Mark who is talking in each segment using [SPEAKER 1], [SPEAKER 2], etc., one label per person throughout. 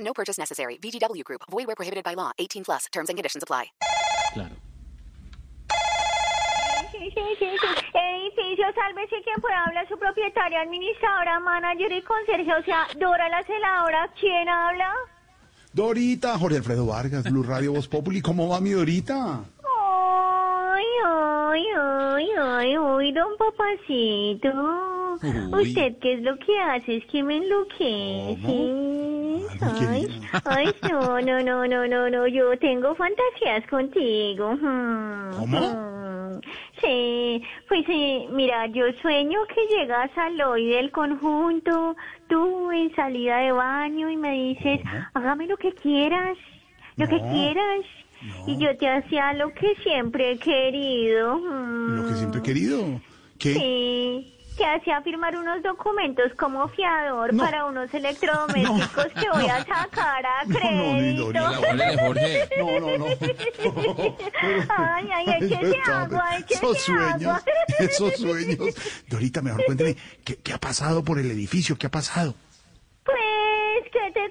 [SPEAKER 1] No purchase necessary. VGW Group. Void where prohibited by law. 18 plus. Terms and conditions apply.
[SPEAKER 2] Claro.
[SPEAKER 3] Sí, sí, sí, sí. Edificio, sálvese quien pueda habla, su propietaria, administradora, manager y conserje, o sea, Dora la celadora, ¿quién habla?
[SPEAKER 4] Dorita, Jorge Alfredo Vargas, Blue Radio Voz Populi, ¿cómo va mi Dorita?
[SPEAKER 3] Ay, ay, ay, ay, ay, don papacito.
[SPEAKER 2] Uy.
[SPEAKER 3] ¿Usted qué es lo que hace? Es que me enloquece.
[SPEAKER 4] ¿Cómo? Ay, mi
[SPEAKER 3] Ay, ay, no, no, no, no, no, no, yo tengo fantasías contigo. Mm,
[SPEAKER 4] ¿Cómo?
[SPEAKER 3] mm. Sí, pues sí, mira, yo sueño que llegas al hoy del conjunto, tú en salida de baño y me dices, hágame lo que quieras, lo que
[SPEAKER 4] No.
[SPEAKER 3] quieras. Y yo te hacía lo que siempre he querido. mm.
[SPEAKER 4] Lo que siempre he querido. ¿Qué?
[SPEAKER 3] Sí, te hacía firmar unos documentos como fiador
[SPEAKER 4] No.
[SPEAKER 3] para unos electrodomésticos que voy a sacar a
[SPEAKER 4] No, no, ni
[SPEAKER 3] crédito.
[SPEAKER 4] Doria, la
[SPEAKER 2] abuela de Jorge.
[SPEAKER 4] No, no, no.
[SPEAKER 3] Ay, ay, ay, ¿qué te hago? Ay, ¿qué
[SPEAKER 4] Esos
[SPEAKER 3] te hago?
[SPEAKER 4] sueños, esos sueños. Dorita, mejor cuénteme, ¿qué, qué ha pasado por el edificio? ¿Qué ha pasado?
[SPEAKER 3] Pues, ¿qué te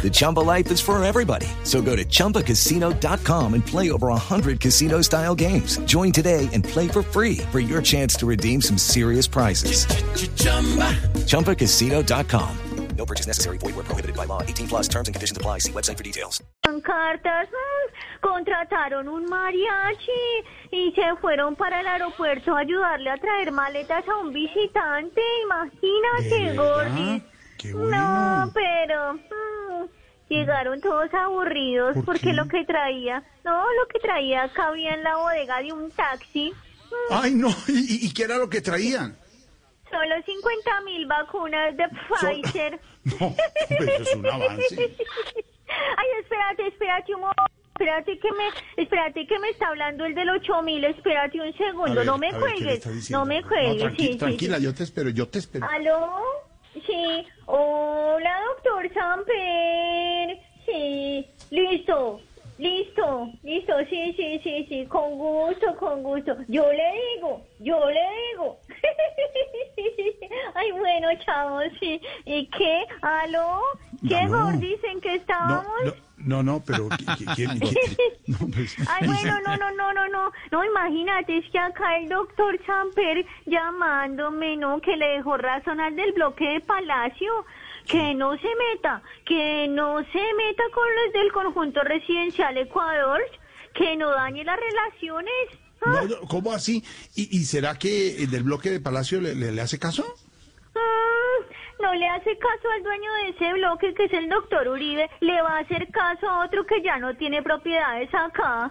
[SPEAKER 5] The Chumba life is for everybody. So go to ChumbaCasino.com and play over 100 casino style games. Join today and play for free for your chance to redeem some serious prizes. ChumbaCasino.com. No purchase necessary. Void where prohibited by law. 18 plus terms and conditions apply. See website for details.
[SPEAKER 3] con cartas, mm, contrataron un mariachi y se fueron para el aeropuerto a ayudarle a traer maletas a un visitante. Imagínate,
[SPEAKER 4] ¿De verdad?
[SPEAKER 3] Gordis.
[SPEAKER 4] Qué
[SPEAKER 3] No,
[SPEAKER 4] bueno.
[SPEAKER 3] pero mm, llegaron todos aburridos
[SPEAKER 4] ¿Por
[SPEAKER 3] porque
[SPEAKER 4] qué?
[SPEAKER 3] lo que traía, no, lo que traía cabía en la bodega de un taxi. Mm,
[SPEAKER 4] Ay, no. ¿Y, y- y qué era lo que traían?
[SPEAKER 3] Solo 50 mil vacunas de Pfizer.
[SPEAKER 4] No, pero eso es un avance.
[SPEAKER 3] Ay, espérate, espérate un momento. Espérate que me, espérate que me está hablando el del 8000, espérate un segundo,
[SPEAKER 4] A ver,
[SPEAKER 3] no me
[SPEAKER 4] a ver, ¿qué le está
[SPEAKER 3] cuelgues,
[SPEAKER 4] diciendo?
[SPEAKER 3] no me cuelgues,
[SPEAKER 4] tranqui-
[SPEAKER 3] sí, sí, sí.
[SPEAKER 4] tranquila, yo te espero, yo te espero.
[SPEAKER 3] ¿Aló? Sí, hola doctor Samper, sí, listo, listo, listo, sí, sí, sí, sí, con gusto, con gusto, yo le digo, yo le digo. Ay, bueno, chao, sí, ¿y qué? ¿Aló? ¿Qué
[SPEAKER 4] Aló.
[SPEAKER 3] dicen que
[SPEAKER 4] No,
[SPEAKER 3] estábamos?
[SPEAKER 4] no, no, no, pero ¿qui- qui- ¿quién? quién- no, pues,
[SPEAKER 3] Ay, bueno, no, no, no, no, no, no, imagínate, es que acá el doctor Champer llamándome, ¿no? Que le dejó razón al del bloque de Palacio, que no se meta, que no se meta con los del conjunto residencial Ecuador, que no dañe las relaciones. Ah,
[SPEAKER 4] No, no, ¿Cómo así? ¿Y, y será que el del bloque de Palacio le, le- le hace caso?
[SPEAKER 3] mm, No le hace caso al dueño de ese bloque que es el doctor Uribe, le va a hacer caso a otro que ya no tiene propiedades acá.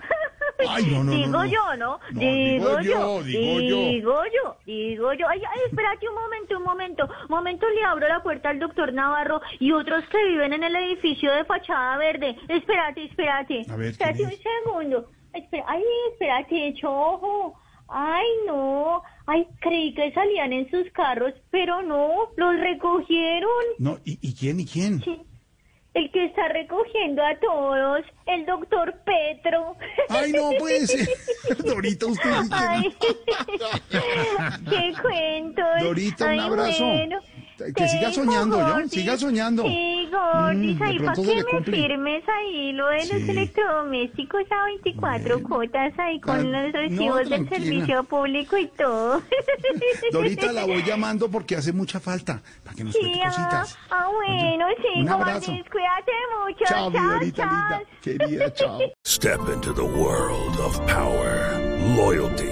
[SPEAKER 4] Ay, no, no, no,
[SPEAKER 3] digo
[SPEAKER 4] no.
[SPEAKER 3] yo, ¿no?
[SPEAKER 4] No,
[SPEAKER 3] digo,
[SPEAKER 4] digo
[SPEAKER 3] yo,
[SPEAKER 4] yo, digo yo.
[SPEAKER 3] digo yo, digo yo. Ay, ay, espérate un momento, un momento. Un momento le abro la puerta al doctor Navarro y otros que viven en el edificio de fachada verde. Espérate, espérate.
[SPEAKER 4] A ver,
[SPEAKER 3] espérate
[SPEAKER 4] ¿quién
[SPEAKER 3] un
[SPEAKER 4] es?
[SPEAKER 3] segundo. Espera- ay, espérate, hecho ojo. Ay, no. Ay, creí que salían en sus carros, pero no, los recogieron.
[SPEAKER 4] No, ¿y, y quién? ¿Y quién?
[SPEAKER 3] Sí. El que está recogiendo a todos, el doctor Petro.
[SPEAKER 4] Ay, no puede ser. Dorita, usted sí que-
[SPEAKER 3] Ay, qué cuento.
[SPEAKER 4] Dorita, un
[SPEAKER 3] Ay,
[SPEAKER 4] abrazo.
[SPEAKER 3] bueno.
[SPEAKER 4] Que siga
[SPEAKER 3] Tengo,
[SPEAKER 4] soñando, ¿no?
[SPEAKER 3] Gordis.
[SPEAKER 4] Siga soñando.
[SPEAKER 3] Sí, Gordis,
[SPEAKER 4] Mm, de
[SPEAKER 3] ahí para
[SPEAKER 4] pronto
[SPEAKER 3] que
[SPEAKER 4] se le
[SPEAKER 3] me
[SPEAKER 4] cumple.
[SPEAKER 3] firmes ahí lo de los
[SPEAKER 4] Sí.
[SPEAKER 3] electrodomésticos a 24 cuotas ahí con
[SPEAKER 4] Tran-
[SPEAKER 3] los
[SPEAKER 4] no,
[SPEAKER 3] recibos del
[SPEAKER 4] tranquila.
[SPEAKER 3] servicio público y todo.
[SPEAKER 4] Dorita, la voy llamando porque hace mucha falta, para que nos
[SPEAKER 3] Sí,
[SPEAKER 4] cuente
[SPEAKER 3] ah,
[SPEAKER 4] cositas.
[SPEAKER 3] ah, bueno, sí,
[SPEAKER 4] Un abrazo.
[SPEAKER 3] Gordis, cuídate mucho.
[SPEAKER 4] Chao, mi Dorita
[SPEAKER 3] chao.
[SPEAKER 4] linda. Querida, chao.
[SPEAKER 6] Step into the world of power, loyalty,